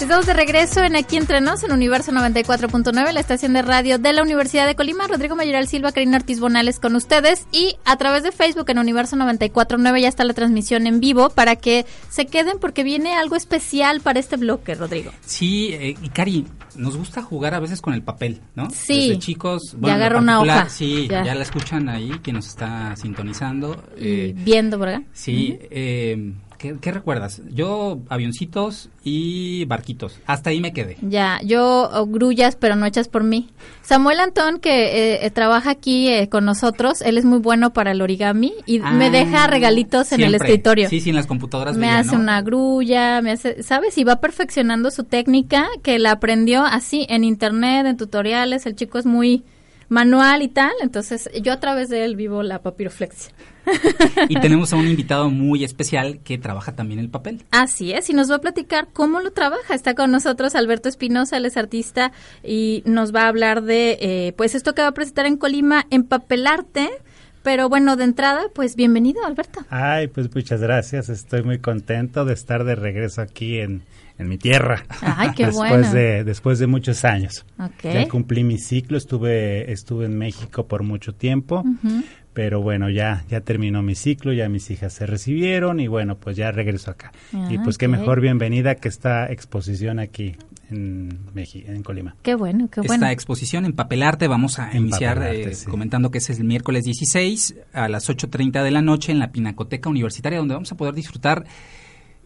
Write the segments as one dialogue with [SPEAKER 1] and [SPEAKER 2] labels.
[SPEAKER 1] Estamos de regreso en Aquí Entre Nos, en Universo 94.9, la estación de radio de la Universidad de Colima. Rodrigo Mayoral Silva, Karina Ortiz Bonales con ustedes. Y a través de Facebook en Universo 94.9 ya está la transmisión en vivo para que se queden porque viene algo especial para este bloque, Rodrigo.
[SPEAKER 2] Sí, eh, y Cari, nos gusta jugar a veces con el papel, ¿no?
[SPEAKER 1] Sí.
[SPEAKER 2] Desde chicos.
[SPEAKER 1] Ya agarra una
[SPEAKER 2] particular,
[SPEAKER 1] hoja.
[SPEAKER 2] Sí,
[SPEAKER 1] Ya.
[SPEAKER 2] ya. la escuchan ahí, quien nos está sintonizando.
[SPEAKER 1] Y
[SPEAKER 2] eh,
[SPEAKER 1] viendo, ¿verdad?
[SPEAKER 2] Sí, eh, ¿qué, qué recuerdas? Yo, avioncitos y barquitos. Hasta ahí me quedé.
[SPEAKER 1] Ya, yo oh, grullas, pero no hechas por mí. Samuel Antón, que eh, eh, trabaja aquí eh, con nosotros, él es muy bueno para el origami y me
[SPEAKER 2] Ah,
[SPEAKER 1] deja regalitos en el
[SPEAKER 2] siempre.
[SPEAKER 1] escritorio.
[SPEAKER 2] Sí, sí, en las computadoras.
[SPEAKER 1] me
[SPEAKER 2] veía,
[SPEAKER 1] hace
[SPEAKER 2] ¿no?
[SPEAKER 1] una grulla, me hace, ¿sabes? Y va perfeccionando su técnica que la aprendió así en internet, en tutoriales, el chico es muy manual y tal, entonces yo a través de él vivo la papiroflexia.
[SPEAKER 2] Y tenemos a un invitado muy especial que trabaja también el papel.
[SPEAKER 1] Así es, y nos va a platicar cómo lo trabaja. Está con nosotros Alberto Espinosa, él es artista y nos va a hablar de, eh, pues, esto que va a presentar en Colima, empapelarte. Pero bueno, de entrada, pues, bienvenido, Alberto.
[SPEAKER 3] Ay, pues muchas gracias. Estoy muy contento de estar de regreso aquí en, en mi tierra.
[SPEAKER 1] Ay, qué
[SPEAKER 3] después
[SPEAKER 1] bueno.
[SPEAKER 3] De, después de muchos años.
[SPEAKER 1] Ok.
[SPEAKER 3] Ya cumplí mi ciclo, estuve, estuve en México por mucho tiempo,
[SPEAKER 1] Ujú.
[SPEAKER 3] pero bueno, ya, ya terminó mi ciclo, ya mis hijas se recibieron y bueno, pues ya regreso acá. y
[SPEAKER 1] Ah,
[SPEAKER 3] pues qué
[SPEAKER 1] ok.
[SPEAKER 3] mejor bienvenida que esta exposición aquí en México, en Colima.
[SPEAKER 1] Qué bueno, qué bueno.
[SPEAKER 2] Esta exposición en papelarte vamos a iniciar
[SPEAKER 3] Papelarte,
[SPEAKER 2] eh,
[SPEAKER 3] sí.
[SPEAKER 2] comentando que ese es el miércoles 16 a las 8.30 de la noche en la Pinacoteca Universitaria donde vamos a poder disfrutar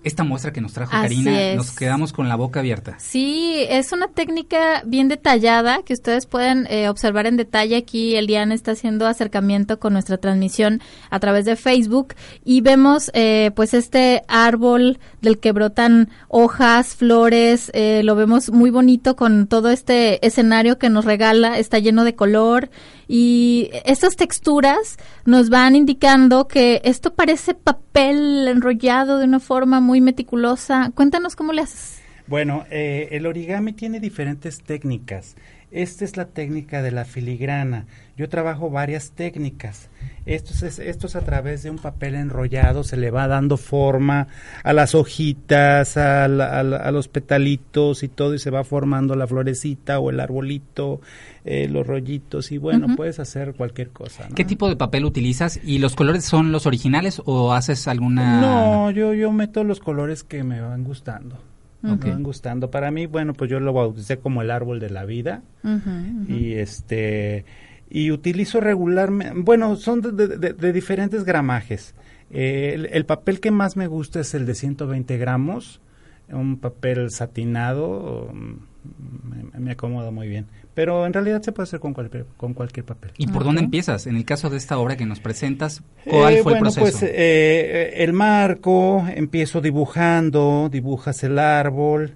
[SPEAKER 2] esta muestra que nos trajo
[SPEAKER 1] Así
[SPEAKER 2] Karina.
[SPEAKER 1] es.
[SPEAKER 2] Nos quedamos con la boca abierta.
[SPEAKER 1] Sí, es una técnica bien detallada que ustedes pueden eh, observar en detalle. Aquí Eliana está haciendo acercamiento con nuestra transmisión a través de Facebook y vemos eh, pues este árbol del que brotan hojas, flores, eh, lo vemos muy bonito con todo este escenario que nos regala, está lleno de color y estas texturas nos van indicando que esto parece papel enrollado de una forma muy meticulosa. Cuéntanos cómo le haces.
[SPEAKER 3] Bueno, eh, el origami tiene diferentes técnicas. Esta es la técnica de la filigrana. Yo trabajo varias técnicas. Esto es, esto es a través de un papel enrollado, se le va dando forma a las hojitas, a, la- a la- a los petalitos y todo, y se va formando la florecita o el arbolito, eh, los rollitos, y bueno,
[SPEAKER 1] Ujú.
[SPEAKER 3] puedes hacer cualquier cosa. ¿no?
[SPEAKER 2] ¿Qué tipo de papel utilizas y los colores son los originales o haces alguna?
[SPEAKER 3] No, yo, yo meto los colores que me van gustando.
[SPEAKER 2] Ok.
[SPEAKER 3] Me van gustando. Para mí, bueno, pues yo lo bauticé como el árbol de la vida.
[SPEAKER 1] Ujú, ujú.
[SPEAKER 3] y este y utilizo regularmente bueno son de, de- de- de diferentes gramajes Eh, el, el papel que más me gusta es el de 120 gramos un papel satinado mm, me, me acomoda muy bien pero en realidad se puede hacer con cualquier con cualquier papel
[SPEAKER 2] ¿Y por
[SPEAKER 1] Ok.
[SPEAKER 2] dónde empiezas? En el caso de esta obra que nos presentas, ¿cuál
[SPEAKER 3] Eh,
[SPEAKER 2] fue el
[SPEAKER 3] bueno,
[SPEAKER 2] proceso?
[SPEAKER 3] pues eh, eh, el marco, empiezo dibujando, dibujas el árbol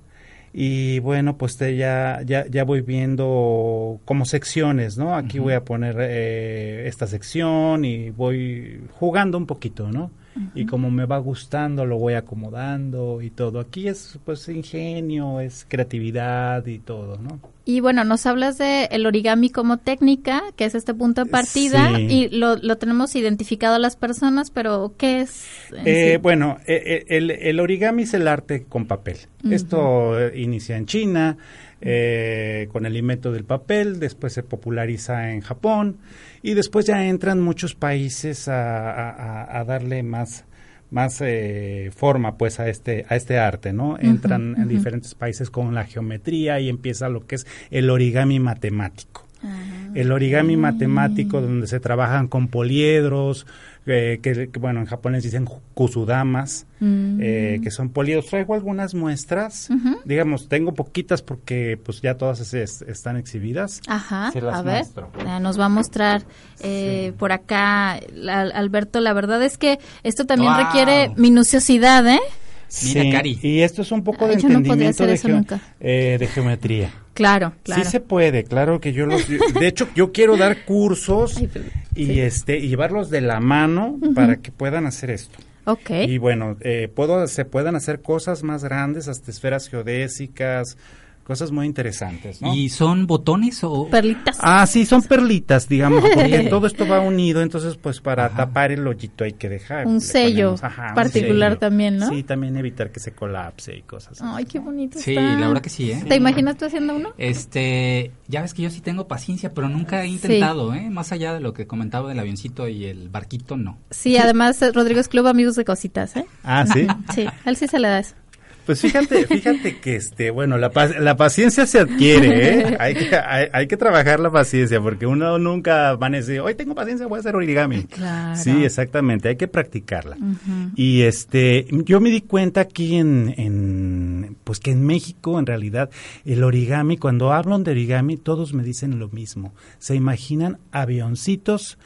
[SPEAKER 3] y bueno, pues te- ya, ya, ya voy viendo como secciones, ¿no? Aquí voy a poner eh, esta sección y voy jugando un poquito, ¿no? Y como me va gustando, lo voy acomodando y todo. Aquí es pues ingenio, es creatividad y todo, ¿no?
[SPEAKER 1] Y bueno, nos hablas de el origami como técnica, que es este punto de partida,
[SPEAKER 3] Sí.
[SPEAKER 1] y lo, lo tenemos identificado a las personas, pero ¿qué es? en
[SPEAKER 3] Eh,
[SPEAKER 1] sí?
[SPEAKER 3] Bueno, eh, eh, el, el origami es el arte con papel.
[SPEAKER 1] Ujú.
[SPEAKER 3] Esto eh, inicia en China eh, con el invento del papel, después se populariza en Japón y después ya entran muchos países a, a- a- a darle más más eh, forma pues a este a este arte no entran en
[SPEAKER 1] ujú.
[SPEAKER 3] diferentes países con la geometría y empieza lo que es el origami matemático
[SPEAKER 1] Ah,
[SPEAKER 3] el origami
[SPEAKER 1] ok.
[SPEAKER 3] matemático donde se trabajan con poliedros, eh, que, que, bueno, en Japón les dicen kusudamas,
[SPEAKER 1] Mm.
[SPEAKER 3] eh, que son poliedros. Traigo algunas muestras,
[SPEAKER 1] Ujú.
[SPEAKER 3] digamos, tengo poquitas porque pues ya todas es- es- están exhibidas.
[SPEAKER 1] Ajá,
[SPEAKER 3] se las
[SPEAKER 1] a ver,
[SPEAKER 3] muestro.
[SPEAKER 1] ah, nos va a mostrar eh, por acá la- Alberto. La verdad es que esto también
[SPEAKER 2] Guau.
[SPEAKER 1] requiere minuciosidad, ¿eh?
[SPEAKER 2] Mira,
[SPEAKER 3] Sí,
[SPEAKER 2] Cari.
[SPEAKER 3] Y esto es un poco
[SPEAKER 1] Ay,
[SPEAKER 3] de
[SPEAKER 1] Ah, yo no podría
[SPEAKER 3] entendimiento
[SPEAKER 1] hacer
[SPEAKER 3] de,
[SPEAKER 1] eso
[SPEAKER 3] geo-
[SPEAKER 1] nunca.
[SPEAKER 3] eh, de geometría.
[SPEAKER 1] Claro, claro.
[SPEAKER 3] Sí se puede, claro que yo los... yo- de hecho, yo quiero dar cursos
[SPEAKER 1] Ay, perdón.
[SPEAKER 3] y
[SPEAKER 1] Sí.
[SPEAKER 3] este y llevarlos de la mano para que puedan hacer esto.
[SPEAKER 1] Ok.
[SPEAKER 3] Y bueno, eh, puedo, se pueden hacer cosas más grandes, hasta esferas geodésicas, cosas muy interesantes, ¿no?
[SPEAKER 2] ¿Y son botones o...?
[SPEAKER 1] Perlitas.
[SPEAKER 3] Ah, sí, son perlitas, digamos, porque todo esto va unido, entonces pues para
[SPEAKER 2] Ajá.
[SPEAKER 3] tapar el hoyito hay que dejar.
[SPEAKER 1] Un
[SPEAKER 3] le
[SPEAKER 1] sello
[SPEAKER 3] un
[SPEAKER 1] particular también, ¿no?
[SPEAKER 3] Sí, también evitar que se colapse y cosas. así.
[SPEAKER 1] Ay, qué bonito.
[SPEAKER 2] Sí,
[SPEAKER 1] está.
[SPEAKER 2] la verdad que sí, ¿eh?
[SPEAKER 1] ¿Te imaginas tú haciendo uno?
[SPEAKER 2] Este, ya ves que yo sí tengo paciencia, pero nunca he
[SPEAKER 1] Sí.
[SPEAKER 2] intentado, ¿eh? Más allá de lo que comentaba del avioncito y el barquito, no.
[SPEAKER 1] Sí, además eh, Rodrigo es club amigos de cositas, ¿eh?
[SPEAKER 3] Ah, sí.
[SPEAKER 1] Sí, a él sí se le da eso.
[SPEAKER 3] Pues fíjate, fíjate que este, bueno, la, pa- la paciencia se adquiere, ¿eh? Hay que, hay, hay que trabajar la paciencia porque uno nunca amanece, hoy tengo paciencia, voy a hacer origami.
[SPEAKER 1] Claro.
[SPEAKER 3] Sí, exactamente, hay que practicarla. Y este, yo me di cuenta aquí en, en, pues que en México, en realidad, el origami, cuando hablan de origami, todos me dicen lo mismo. Se imaginan avioncitos,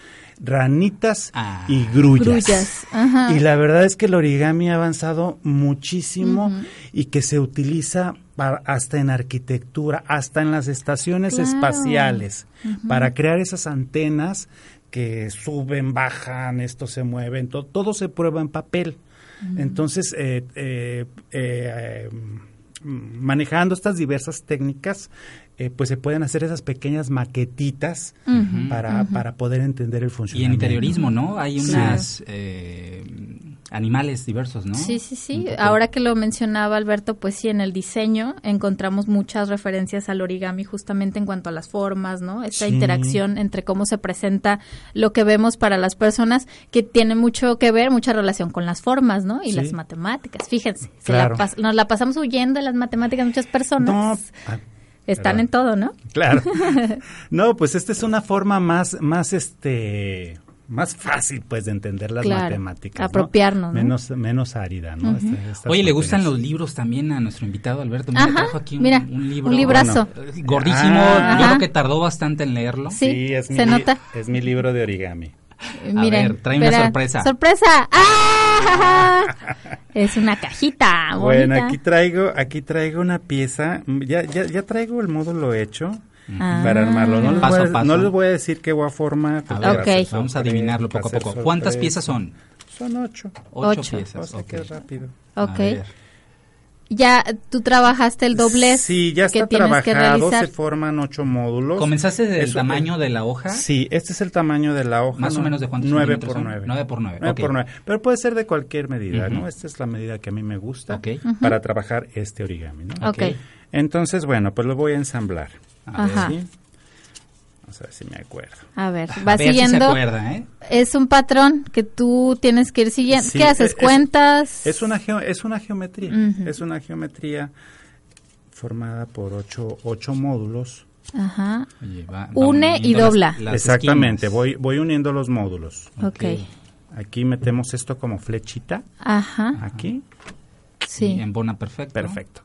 [SPEAKER 3] ranitas
[SPEAKER 2] Ah.
[SPEAKER 3] y grullas.
[SPEAKER 1] Grullas, ajá.
[SPEAKER 3] Y la verdad es que el origami ha avanzado muchísimo
[SPEAKER 1] Ujú.
[SPEAKER 3] y que se utiliza para- hasta en arquitectura, hasta en las estaciones
[SPEAKER 1] Claro.
[SPEAKER 3] espaciales, para crear esas antenas que suben, bajan, esto se mueve, to- todo se prueba en papel. Entonces, eh, eh, eh, mm, manejando estas diversas técnicas, eh, pues se pueden hacer esas pequeñas maquetitas
[SPEAKER 1] Ujú,
[SPEAKER 3] para, para poder entender
[SPEAKER 2] Y
[SPEAKER 3] el
[SPEAKER 2] en
[SPEAKER 3] funcionamiento.
[SPEAKER 2] interiorismo, ¿no? Hay
[SPEAKER 1] Sí.
[SPEAKER 2] unas eh, animales diversos, ¿no?
[SPEAKER 1] Sí, sí, sí.
[SPEAKER 2] Un poco.
[SPEAKER 1] Ahora que lo mencionaba Alberto, pues sí, en el diseño encontramos muchas referencias al origami justamente en cuanto a las formas, ¿no? Esta
[SPEAKER 3] Sí.
[SPEAKER 1] interacción entre cómo se presenta lo que vemos para las personas que tiene mucho que ver, mucha relación con las formas, ¿no? Y
[SPEAKER 3] Sí.
[SPEAKER 1] las matemáticas. Fíjense, se
[SPEAKER 3] Claro.
[SPEAKER 1] la pas- nos la pasamos huyendo de las matemáticas muchas
[SPEAKER 3] No,
[SPEAKER 1] personas.
[SPEAKER 3] ah,
[SPEAKER 1] Están
[SPEAKER 3] perdón.
[SPEAKER 1] en todo, ¿no?
[SPEAKER 3] Claro. No, pues esta es una forma más, más este, más fácil, pues, de entender las
[SPEAKER 1] Claro,
[SPEAKER 3] matemáticas. ¿no?
[SPEAKER 1] apropiarnos, ¿no?
[SPEAKER 3] Menos, menos árida, ¿no? Esta- estas
[SPEAKER 2] Oye, le gustan los
[SPEAKER 3] materias.
[SPEAKER 2] libros también a nuestro invitado Alberto. Mira,
[SPEAKER 1] Ajá,
[SPEAKER 2] trajo aquí un,
[SPEAKER 1] mira,
[SPEAKER 2] un libro.
[SPEAKER 1] un librazo.
[SPEAKER 2] bueno, eh, gordísimo,
[SPEAKER 3] Ah.
[SPEAKER 2] yo
[SPEAKER 1] Ajá.
[SPEAKER 2] creo que tardó bastante en leerlo.
[SPEAKER 1] Sí, se
[SPEAKER 3] li-
[SPEAKER 1] nota.
[SPEAKER 3] Es mi libro de origami.
[SPEAKER 1] Eh,
[SPEAKER 2] A
[SPEAKER 1] Miren,
[SPEAKER 2] ver, trae una
[SPEAKER 1] espera.
[SPEAKER 2] sorpresa.
[SPEAKER 1] ¡Sorpresa! ¡Ah! Es una cajita.
[SPEAKER 3] bueno,
[SPEAKER 1] Ah, bonita.
[SPEAKER 3] aquí traigo, aquí traigo una pieza. Mm, Ya, ya, ya traigo el módulo hecho
[SPEAKER 1] Ah.
[SPEAKER 3] para armarlo. No les,
[SPEAKER 2] Paso a
[SPEAKER 3] voy a,
[SPEAKER 2] paso.
[SPEAKER 3] no les voy a decir qué voy a formar.
[SPEAKER 2] A
[SPEAKER 3] porque
[SPEAKER 2] ver,
[SPEAKER 3] va ser
[SPEAKER 1] Ok.
[SPEAKER 2] vamos a
[SPEAKER 3] sorpresa,
[SPEAKER 2] adivinarlo
[SPEAKER 3] va
[SPEAKER 2] poco a
[SPEAKER 3] ser
[SPEAKER 2] poco. ¿Cuántas
[SPEAKER 3] sorpresa.
[SPEAKER 2] piezas son?
[SPEAKER 3] Son ocho.
[SPEAKER 2] Ocho,
[SPEAKER 1] Ocho.
[SPEAKER 2] piezas.
[SPEAKER 3] Cosa
[SPEAKER 2] ok.
[SPEAKER 3] que rápido.
[SPEAKER 2] A
[SPEAKER 1] Ok.
[SPEAKER 2] ver.
[SPEAKER 1] Ya eh, tú trabajaste el doblez
[SPEAKER 3] Sí, ya está
[SPEAKER 1] que tienes que
[SPEAKER 3] trabajado,
[SPEAKER 1] realizar.
[SPEAKER 3] se forman ocho módulos.
[SPEAKER 2] ¿Comenzaste desde el
[SPEAKER 3] Eso-
[SPEAKER 2] tamaño de la hoja?
[SPEAKER 3] Sí, este es el tamaño de la hoja.
[SPEAKER 2] Más o menos de cuántos
[SPEAKER 3] 9
[SPEAKER 2] milímetros
[SPEAKER 3] por
[SPEAKER 2] son?
[SPEAKER 3] 9.
[SPEAKER 2] Nueve por nueve,
[SPEAKER 3] 9
[SPEAKER 2] ok.
[SPEAKER 3] por 9. Pero puede ser de cualquier medida,
[SPEAKER 2] Ujú.
[SPEAKER 3] ¿no? Esta es la medida que a mí me gusta
[SPEAKER 2] Ok.
[SPEAKER 3] para trabajar este origami, ¿no?
[SPEAKER 1] Ok.
[SPEAKER 2] Ok.
[SPEAKER 3] Entonces, bueno, pues lo voy a ensamblar.
[SPEAKER 2] A ver,
[SPEAKER 1] Ajá.
[SPEAKER 3] ¿sí? Vamos a ver si me acuerdo.
[SPEAKER 1] A ver,
[SPEAKER 2] a
[SPEAKER 1] va
[SPEAKER 2] ver si se
[SPEAKER 1] siguiendo.
[SPEAKER 2] acuerda, ¿eh?
[SPEAKER 1] es un patrón que tú tienes que ir siguiendo.
[SPEAKER 3] Sí,
[SPEAKER 1] ¿Qué haces?
[SPEAKER 3] es-
[SPEAKER 1] ¿Cuentas?
[SPEAKER 3] Es una, geo- es una geometría,
[SPEAKER 1] Ujú.
[SPEAKER 3] es una geometría formada por ocho, ocho módulos.
[SPEAKER 1] Ajá.
[SPEAKER 2] Oye, va- va
[SPEAKER 1] Une y
[SPEAKER 2] uniendo las-
[SPEAKER 1] dobla.
[SPEAKER 2] las
[SPEAKER 3] Exactamente,
[SPEAKER 2] esquinas.
[SPEAKER 3] voy, voy uniendo los módulos.
[SPEAKER 1] Ok.
[SPEAKER 2] Ok.
[SPEAKER 3] Aquí metemos esto como flechita,
[SPEAKER 2] Ah,
[SPEAKER 1] Ajá.
[SPEAKER 3] aquí,
[SPEAKER 1] Sí.
[SPEAKER 2] En Bona perfecto.
[SPEAKER 3] perfecto.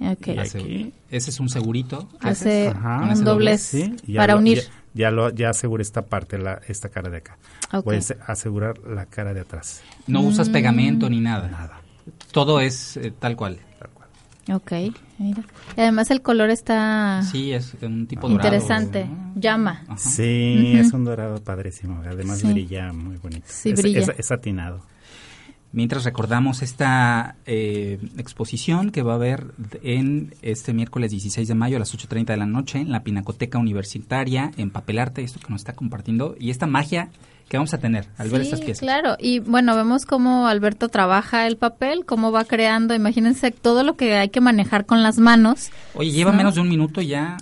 [SPEAKER 1] Ok.
[SPEAKER 3] Y
[SPEAKER 2] Hace-
[SPEAKER 3] aquí.
[SPEAKER 2] Ese es un segurito. que
[SPEAKER 1] Hace
[SPEAKER 2] haces
[SPEAKER 3] Ajá.
[SPEAKER 2] con
[SPEAKER 1] Eh, un
[SPEAKER 2] ese
[SPEAKER 1] doblez
[SPEAKER 3] Sí, y ya
[SPEAKER 1] para
[SPEAKER 3] lo-
[SPEAKER 1] unir.
[SPEAKER 3] Ya, ya lo ya aseguré esta parte, la, esta cara de acá.
[SPEAKER 1] Ok.
[SPEAKER 3] Voy a ase- asegurar la cara de atrás.
[SPEAKER 2] No
[SPEAKER 1] Mm.
[SPEAKER 2] usas pegamento ni nada.
[SPEAKER 3] Nada.
[SPEAKER 2] Todo es eh, tal cual.
[SPEAKER 3] tal cual.
[SPEAKER 1] Ok. Mira. Y además el color está
[SPEAKER 2] Sí, es un tipo dorado.
[SPEAKER 1] Ah. interesante.
[SPEAKER 2] ¿no?
[SPEAKER 1] Llama.
[SPEAKER 2] Ajá.
[SPEAKER 3] Sí, es un dorado padrísimo. Además
[SPEAKER 1] Sí.
[SPEAKER 3] brilla muy bonito.
[SPEAKER 1] Sí,
[SPEAKER 3] es,
[SPEAKER 1] brilla.
[SPEAKER 3] es- es atinado.
[SPEAKER 2] Mientras recordamos esta eh, exposición que va a haber en este miércoles 16 de mayo a las 8.30 de la noche en la Pinacoteca Universitaria, en Papelarte, esto que nos está compartiendo, y esta magia que vamos a tener al ver
[SPEAKER 1] Sí,
[SPEAKER 2] estas piezas.
[SPEAKER 1] Claro, y bueno, vemos cómo Alberto trabaja el papel, cómo va creando, imagínense todo lo que hay que manejar con las manos,
[SPEAKER 2] Oye, lleva menos de un minuto ya.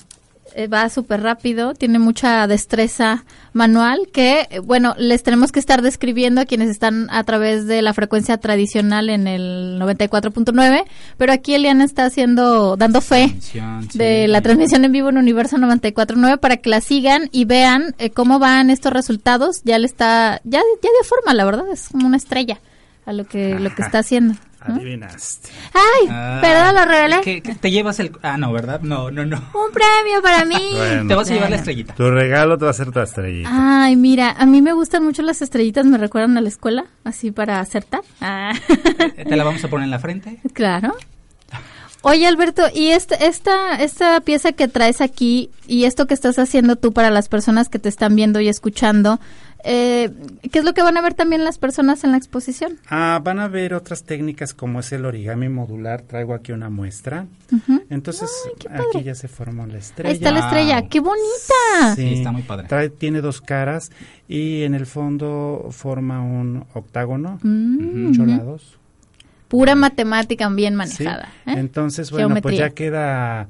[SPEAKER 1] eh, va súper rápido, tiene mucha destreza manual que, eh, bueno, les tenemos que estar describiendo a quienes están a través de la frecuencia tradicional en el 94.9, pero aquí Eliana está haciendo, dando fe
[SPEAKER 2] transmisión, sí.
[SPEAKER 1] de la transmisión en vivo en Universo 94.9 para que la sigan y vean eh, cómo van estos resultados. Ya le está, ya, ya dio forma, la verdad, es como una estrella a lo que, lo que está haciendo.
[SPEAKER 3] Adivinaste.
[SPEAKER 1] ¡Ay!
[SPEAKER 2] Ah,
[SPEAKER 1] perdón, lo revelé.
[SPEAKER 2] ¿qué- qué- te llevas el... Ah, no, ¿verdad? No, no, no.
[SPEAKER 1] Un premio para mí.
[SPEAKER 4] Bueno.
[SPEAKER 2] Te vas a llevar
[SPEAKER 1] Bueno.
[SPEAKER 2] la estrellita.
[SPEAKER 4] Tu regalo te va a ser tu estrellita.
[SPEAKER 1] Ay, mira, a mí me gustan mucho las estrellitas, me recuerdan a la escuela, así para acertar. Ah.
[SPEAKER 2] Te la vamos a poner en la frente.
[SPEAKER 1] Claro. Oye, Alberto, ¿y esta, esta, esta pieza que traes aquí y esto que estás haciendo tú para las personas que te están viendo y escuchando, eh, qué es lo que van a ver también las personas en la exposición?
[SPEAKER 3] Ah, van a ver otras técnicas como es el origami modular. Traigo aquí una muestra.
[SPEAKER 1] Ujú.
[SPEAKER 3] Entonces,
[SPEAKER 1] Ay, qué padre.
[SPEAKER 3] aquí ya se formó la estrella.
[SPEAKER 1] Ahí está la estrella,
[SPEAKER 2] Wow.
[SPEAKER 1] qué bonita.
[SPEAKER 2] Sí, está muy padre.
[SPEAKER 3] Trae- tiene dos caras y en el fondo forma un octágono,
[SPEAKER 1] Mm,
[SPEAKER 3] ocho
[SPEAKER 1] ujú.
[SPEAKER 3] lados.
[SPEAKER 1] Pura matemática bien manejada.
[SPEAKER 3] ¿sí?
[SPEAKER 1] ¿eh?
[SPEAKER 3] Entonces, bueno, pues
[SPEAKER 1] Geometría.
[SPEAKER 3] ya queda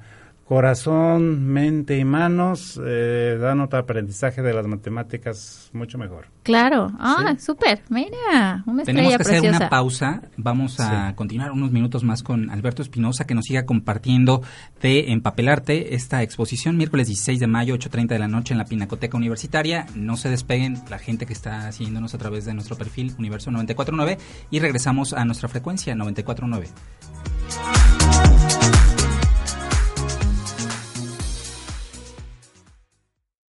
[SPEAKER 3] corazón, mente y manos. Eh, dan otro aprendizaje de las matemáticas mucho mejor.
[SPEAKER 1] Claro. Ah, súper. Mira, una
[SPEAKER 2] Tenemos
[SPEAKER 1] estrella
[SPEAKER 2] que hacer
[SPEAKER 1] preciosa.
[SPEAKER 2] una pausa. Vamos a continuar unos minutos más con Alberto Espinosa, que nos siga compartiendo de Empapelarte esta exposición miércoles 16 de mayo, 8.30 de la noche en la Pinacoteca Universitaria. No se despeguen la gente que está siguiéndonos a través de nuestro perfil Universo 94.9 y regresamos a nuestra frecuencia 94.9.